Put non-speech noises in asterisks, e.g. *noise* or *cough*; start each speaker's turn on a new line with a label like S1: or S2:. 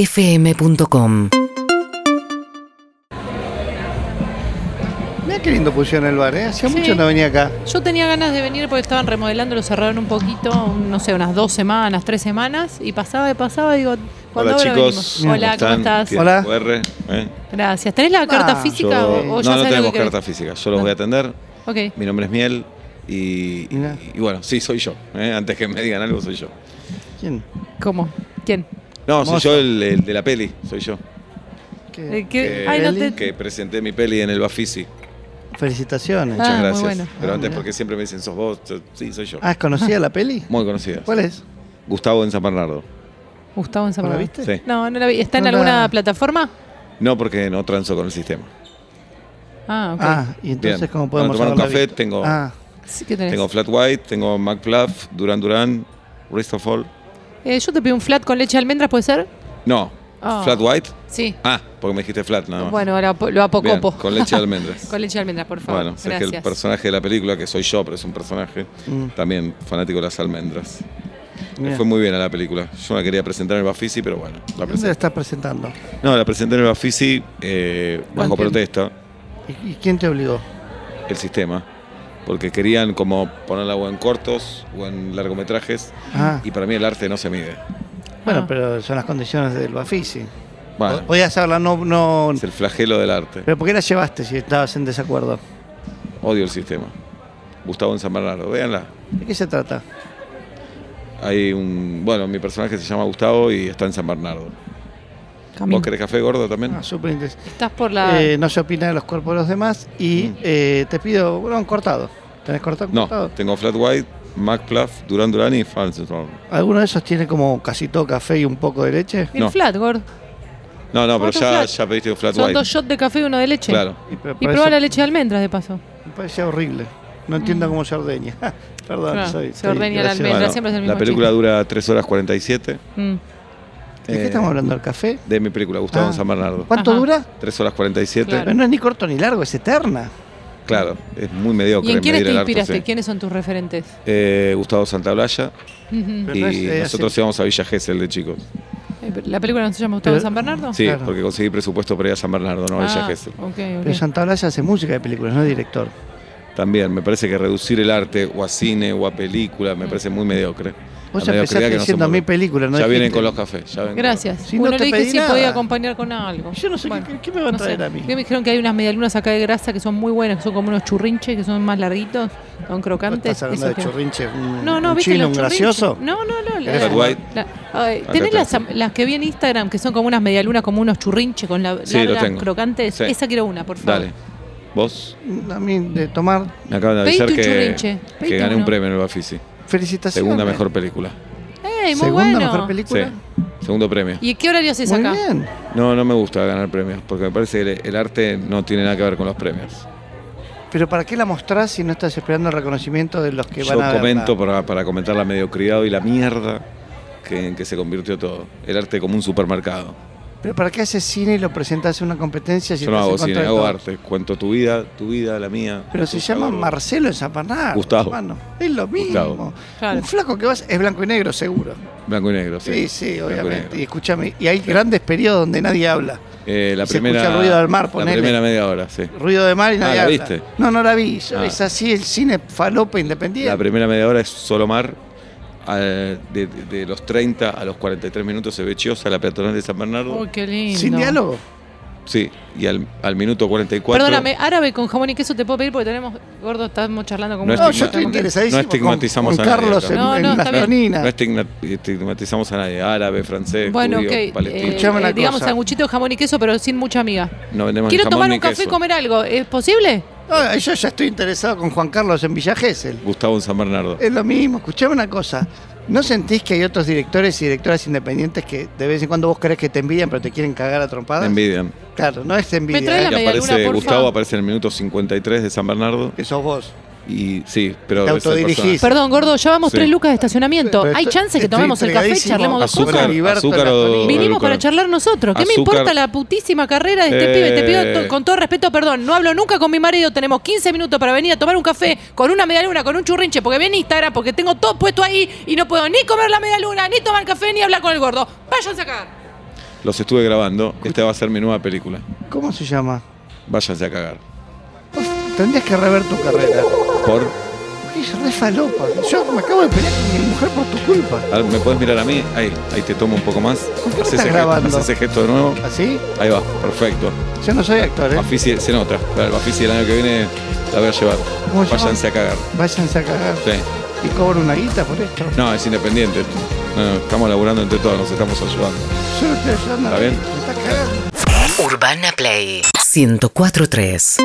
S1: UrbanaPlayFM.com
S2: Mira qué lindo pusieron el bar, ¿eh? Hacía
S3: Sí.
S2: mucho no venía acá.
S3: Yo tenía ganas de venir porque estaban remodelando, lo cerraron un poquito, un- no sé, unas dos semanas, tres semanas, y pasaba y pasaba, digo, ¿cuándo
S4: Hola
S3: ahora
S4: chicos,
S3: venimos? Hola, ¿cómo estás?
S4: Bien,
S2: Hola.
S4: QR, ¿eh?
S3: Gracias. ¿Tenés la carta
S2: Ah.
S3: física
S4: Yo-
S3: o, o
S4: no,
S3: ya
S4: no
S3: sabes lo
S4: tenemos
S3: que querés?
S4: carta física, yo los voy a atender.
S3: Ok.
S4: Mi nombre es Miel y, y-
S2: Mirá.
S4: y bueno, sí, soy yo. ¿eh? Antes que me digan algo, soy yo.
S2: ¿Quién?
S3: ¿Cómo? ¿Quién?
S4: No,
S2: Mozo.
S4: soy yo el, el de la peli, soy yo.
S2: ¿Qué?
S3: Eh, ¿qué?
S4: Que,
S3: Ay, no
S2: Eli.
S3: te...
S4: que presenté mi peli en el Bafisi.
S2: Felicitaciones.
S3: Ah.
S4: Muchas
S3: muy
S4: gracias.
S3: bueno.
S4: Pero
S2: Ah,
S4: antes,
S2: mirá.
S4: porque siempre me dicen, sos vos, Yo- sí, soy yo.
S2: Ah, ¿es conocida la peli?
S4: Muy conocida.
S2: ¿Cuál es?
S4: Gustavo en San Bernardo.
S3: Gustavo en
S2: ¿La
S3: Zapata.
S2: viste?
S4: Sí.
S3: No, no la vi. ¿Está en
S2: No
S3: alguna
S2: la-
S3: plataforma?
S4: No, porque no transo con el sistema.
S3: Ah, ok.
S2: Ah, y entonces,
S4: Bien.
S2: ¿cómo podemos
S4: Bueno, tomar un
S2: haberla
S4: café,
S2: visto?
S4: tengo-
S2: Ah,
S3: Sí, ¿Qué tenés?
S4: Tengo Flat White, tengo McFluff, Duran Duran, Rest of All.
S3: Eh, yo te pido un flat con leche de almendras, ¿puede ser?
S4: No,
S3: Ah.
S4: Flat White.
S3: Sí.
S4: Ah, porque me dijiste Flat, nada más.
S3: Bueno, ahora po- lo
S4: Bien,
S3: apocopo.
S4: con leche de almendras.
S3: *laughs* Con leche de almendras, por favor.
S4: Bueno, sé que
S3: Gracias.
S4: el personaje de la película, que soy yo, pero es un personaje,
S2: Mm.
S4: también fanático de las almendras.
S2: mira.
S4: Le fue muy bien a la película. Yo la quería presentar en el Bafisi, pero bueno, la
S2: ¿Dónde la
S4: presenté.
S2: estás presentando?
S4: No, la presenté en el Bafisi eh, bajo
S3: Entiendo.
S4: protesta,
S2: ¿Y, y quién te obligó?
S4: el sistema. Porque querían como ponerla o en cortos o en largometrajes.
S2: Ah,
S4: Y para mí el arte no se mide.
S2: bueno,
S3: Ah.
S2: pero son las condiciones del Bafisi.
S4: Bueno,
S2: Podías hacerla, no, no...
S4: es el flagelo del arte.
S2: ¿Pero por qué la llevaste si estabas en desacuerdo?
S4: Odio el sistema. Gustavo en San Bernardo, véanla.
S2: ¿De qué se trata?
S4: Hay un. Bueno, mi personaje se llama Gustavo y está en San Bernardo.
S3: Camino.
S4: ¿Vos querés café gordo también?
S2: Ah, súper interesante.
S3: Estás por la...
S2: Eh, no se opina de los cuerpos de los demás y
S4: Mm.
S2: eh, te pido, bueno, un cortado. ¿Tenés cortado?
S4: no,
S2: cortado?
S4: tengo Flat White, McPluff, Duran Duran y Francis
S2: ¿Alguno de esos tiene como casi todo café y un poco de leche?
S3: el
S4: no.
S3: flat, Gord.
S4: No, no, pero
S3: Otro
S4: ya,
S3: flat.
S4: ya pediste un Flat
S3: Son
S4: White.
S3: dos shots de café y uno de leche.
S4: Claro.
S2: Y, pero
S3: Y
S2: por
S3: probar
S2: eso-
S3: la leche de almendras de paso.
S2: Me parece horrible. No entiendo cómo se ordeña. *laughs* Perdón,
S3: Claro,
S2: soy.
S3: se
S2: soy
S3: ordeña la
S2: gracioso.
S3: almendra. Bueno. siempre es el mismo
S4: la película dura 3 horas 47.
S3: Mm.
S2: ¿De qué
S4: Eh,
S2: estamos hablando? ¿El café?
S4: De mi película, Gustavo
S2: Ah.
S4: en San Bernardo.
S2: ¿Cuánto
S3: Ajá.
S2: dura?
S4: 3 horas 47.
S3: Claro.
S2: Pero no es ni corto ni largo, es eterna.
S4: Claro, es muy mediocre.
S3: ¿Y en quiénes
S4: medir
S3: te
S4: el arte,
S3: inspiraste?
S4: sí.
S3: ¿Quiénes son tus *laughs* referentes?
S4: Eh, Gustavo Santaolalla
S3: Ujú.
S2: Pero
S4: y
S2: no es, eh,
S4: nosotros
S2: así.
S4: íbamos a Villa Gesell de chicos.
S3: Eh, pero ¿La película no se llama Gustavo
S2: Pero-
S3: San Bernardo?
S4: Sí,
S2: Claro.
S4: porque conseguí presupuesto para ir a San Bernardo, no a Villa
S3: Ah,
S4: Gesell.
S3: ok,
S2: Pero
S3: ok.
S2: Santa Olalla hace música de películas, no es director.
S4: También me parece que reducir el arte o a cine o a película me parece muy mediocre.
S2: Vos
S4: La mediocridad
S2: empezaste
S4: que nos
S2: diciendo
S4: envuelve.
S2: mi película, ¿no?
S4: ya vienen
S2: dijiste.
S4: con los cafés. ya vienen con los-
S3: Gracias.
S2: Si no
S3: bueno,
S2: te
S3: le dije
S2: pedí
S3: si
S2: nada.
S3: podía acompañar con algo.
S2: Yo no sé
S3: Bueno,
S2: qué, qué me van a
S3: no
S2: traer
S3: sé.
S2: a mí.
S3: Que Me dijeron que hay unas medialunas acá de grasa que son muy buenas, que son como unos churrinches, que son más larguitos, son
S2: ¿Vos
S3: crocantes.
S2: ¿Estás hablando de
S3: Eso que-
S2: churrinche? Un,
S3: este No, no,
S2: un
S3: ¿viste
S2: chino,
S3: los
S2: un
S3: churrinches?
S2: gracioso?
S3: No, no, no. la-
S2: ¿Querés
S4: Fat White?
S3: la- ay,
S4: Acá
S3: ¿Tenés las,
S4: está.
S3: las que vi en Instagram, que son como unas medialunas, como unos churrinches con la
S4: Sí, lo
S3: largas,
S4: tengo.
S3: crocantes?
S4: Sí.
S3: Esa quiero una, por favor.
S4: Dale. ¿Vos?
S2: A mí, de tomar
S4: Me acaban de
S3: Pedite
S4: avisar
S3: un
S4: que,
S3: churrinche,
S4: que
S3: pedite
S4: gané un
S3: uno.
S4: premio en el Bafisi.
S2: felicitaciones.
S4: Segunda mejor película.
S3: ¡Ey, muy
S2: Segunda
S3: bueno!
S2: mejor película.
S4: Sí. Segundo premio.
S3: ¿Y qué horario haces
S2: Muy
S3: acá?
S2: bien.
S4: No, no me gusta ganar premios, porque me parece que el, el arte no tiene nada que ver con los premios.
S2: Pero ¿para qué la mostrás si no estás esperando el reconocimiento de los que
S4: Yo
S2: van a
S4: comento
S2: verla?
S4: para, para comentar la mediocridad y la mierda que, en que se convirtió todo. El arte como un supermercado.
S2: ¿Pero para qué haces cine y lo presentás en una competencia si
S4: Yo
S2: estás en
S4: no hago
S2: contra
S4: cine,
S2: de
S4: hago
S2: todo?
S4: arte. Cuento tu vida, tu vida, la mía.
S2: Pero
S4: Tu
S2: se llama
S4: sabor.
S2: Marcelo en San Bernardo,
S4: Gustavo.
S2: hermano. Es lo mismo.
S4: Gustavo.
S3: Claro.
S2: Un flaco que vas es blanco y negro, seguro.
S4: Blanco y negro,
S2: Sí, sí,
S4: sí. Blanco y
S2: obviamente.
S4: negro.
S2: Y escúchame, y hay grandes periodos donde nadie habla.
S4: Eh, la
S2: Se escucha
S4: primera,
S2: el ruido del mar,
S4: La
S2: ponele.
S4: primera media hora, sí.
S2: Ruido de mar y nadie
S4: Ah, ¿la
S2: habla.
S4: viste?
S2: No, no la vi. Yo-
S4: Ah.
S2: Es así el cine falopa independiente.
S4: La primera media hora es solo mar. Al- de, de los 30 a los 43 minutos se ve Chiosa, la peatonal de San Bernardo.
S3: Uy, qué lindo!
S2: Sin diálogo.
S4: Sí, y al, al minuto 44.
S3: Perdóname, árabe con jamón y queso te puedo pedir porque tenemos, gordo, estamos charlando con
S4: No
S3: una
S2: No, yo
S4: estigma-
S3: chica.
S2: estoy interesadísimo.
S4: no
S2: con-
S4: estigmatizamos
S2: con
S4: a nadie
S2: Carlos
S4: acá.
S2: en,
S3: No,
S2: en
S3: no,
S2: las
S3: está bien.
S2: toninas.
S4: No estigma- estigmatizamos a nadie, árabe, francés,
S3: Bueno, ok.
S4: judío,
S3: eh,
S4: palestino.
S2: Escuchame una
S3: digamos
S2: cosa.
S3: sanguchito de jamón y queso, pero sin mucha amiga.
S4: No vendemos ni
S3: Quiero
S4: jamón
S3: tomar
S4: ni
S3: un café y
S4: queso.
S3: comer algo. ¿Es posible?
S2: No, yo ya estoy interesado con Juan Carlos en Villa Gesell.
S4: Gustavo en San Bernardo.
S2: Es lo mismo. Escuchame una cosa. ¿No sentís que hay otros directores y directoras independientes que de vez en cuando vos crees que te envidian pero te quieren cagar a
S4: Te
S2: trompadas?
S4: envidian.
S2: Claro, no es envidia.
S3: trae la
S2: ¿eh?
S4: Y
S3: media luna,
S4: aparece
S3: porfa.
S4: Gustavo aparece en el minuto 53 de San Bernardo
S2: Que sos vos.
S4: y Y sí, pero.
S2: Te
S4: esa persona-
S2: autodirigís.
S3: Perdón, gordo, llevamos
S4: Sí.
S3: tres lucas de estacionamiento.
S2: Pero
S3: Hay
S2: está-
S3: chance que
S2: estoy
S3: tomemos el café y
S2: entregadísimo.
S3: charlemos de
S4: Azúcar,
S3: cosas.
S2: Heriberto
S4: azúcar o-
S2: Lazzolini.
S3: Vinimos para
S4: Azúcar.
S3: charlar nosotros. ¿Qué me
S4: Azúcar.
S3: importa la putísima carrera de este
S4: Eh.
S3: pibe? Te pido to- con todo respeto, perdón. No hablo nunca con mi marido. Tenemos 15 minutos para venir a tomar un café con una media luna, con un churrinche, porque ven Instagram, porque tengo todo puesto ahí y no puedo ni comer la media luna, ni tomar café, ni hablar con el gordo. Váyanse a cagar.
S4: Los estuve grabando. Esta va a ser mi nueva película.
S2: ¿Cómo se llama?
S4: Váyanse a cagar.
S2: Uf, tendrías que rever tu carrera.
S4: Por.
S2: Es re falopa. Yo me acabo de pelear con mi mujer por tu culpa.
S4: A ver, ¿Me puedes mirar a mí? Ahí, ahí te tomo un poco más.
S2: ¿Por qué no *laughs*
S4: Hacés
S2: estás
S4: el gesto-
S2: grabando?
S4: hacés el gesto de nuevo.
S2: ¿Así?
S4: Ahí va, perfecto.
S2: Yo no soy actor, ¿eh?
S4: Bafisi, se nota. La Bafisi el año que viene la voy a llevar.
S2: ¿Cómo se llama?
S4: Váyanse a cagar.
S2: Váyanse a cagar.
S4: Sí.
S2: Y cobro una guita por esto.
S4: No, es independiente. No, no, estamos laburando entre todos, nos estamos ayudando.
S2: Yo no estoy ayudando a
S4: ¿Está
S2: nadie.
S4: bien?
S2: Me estás cagando.
S1: Urbana Play 1043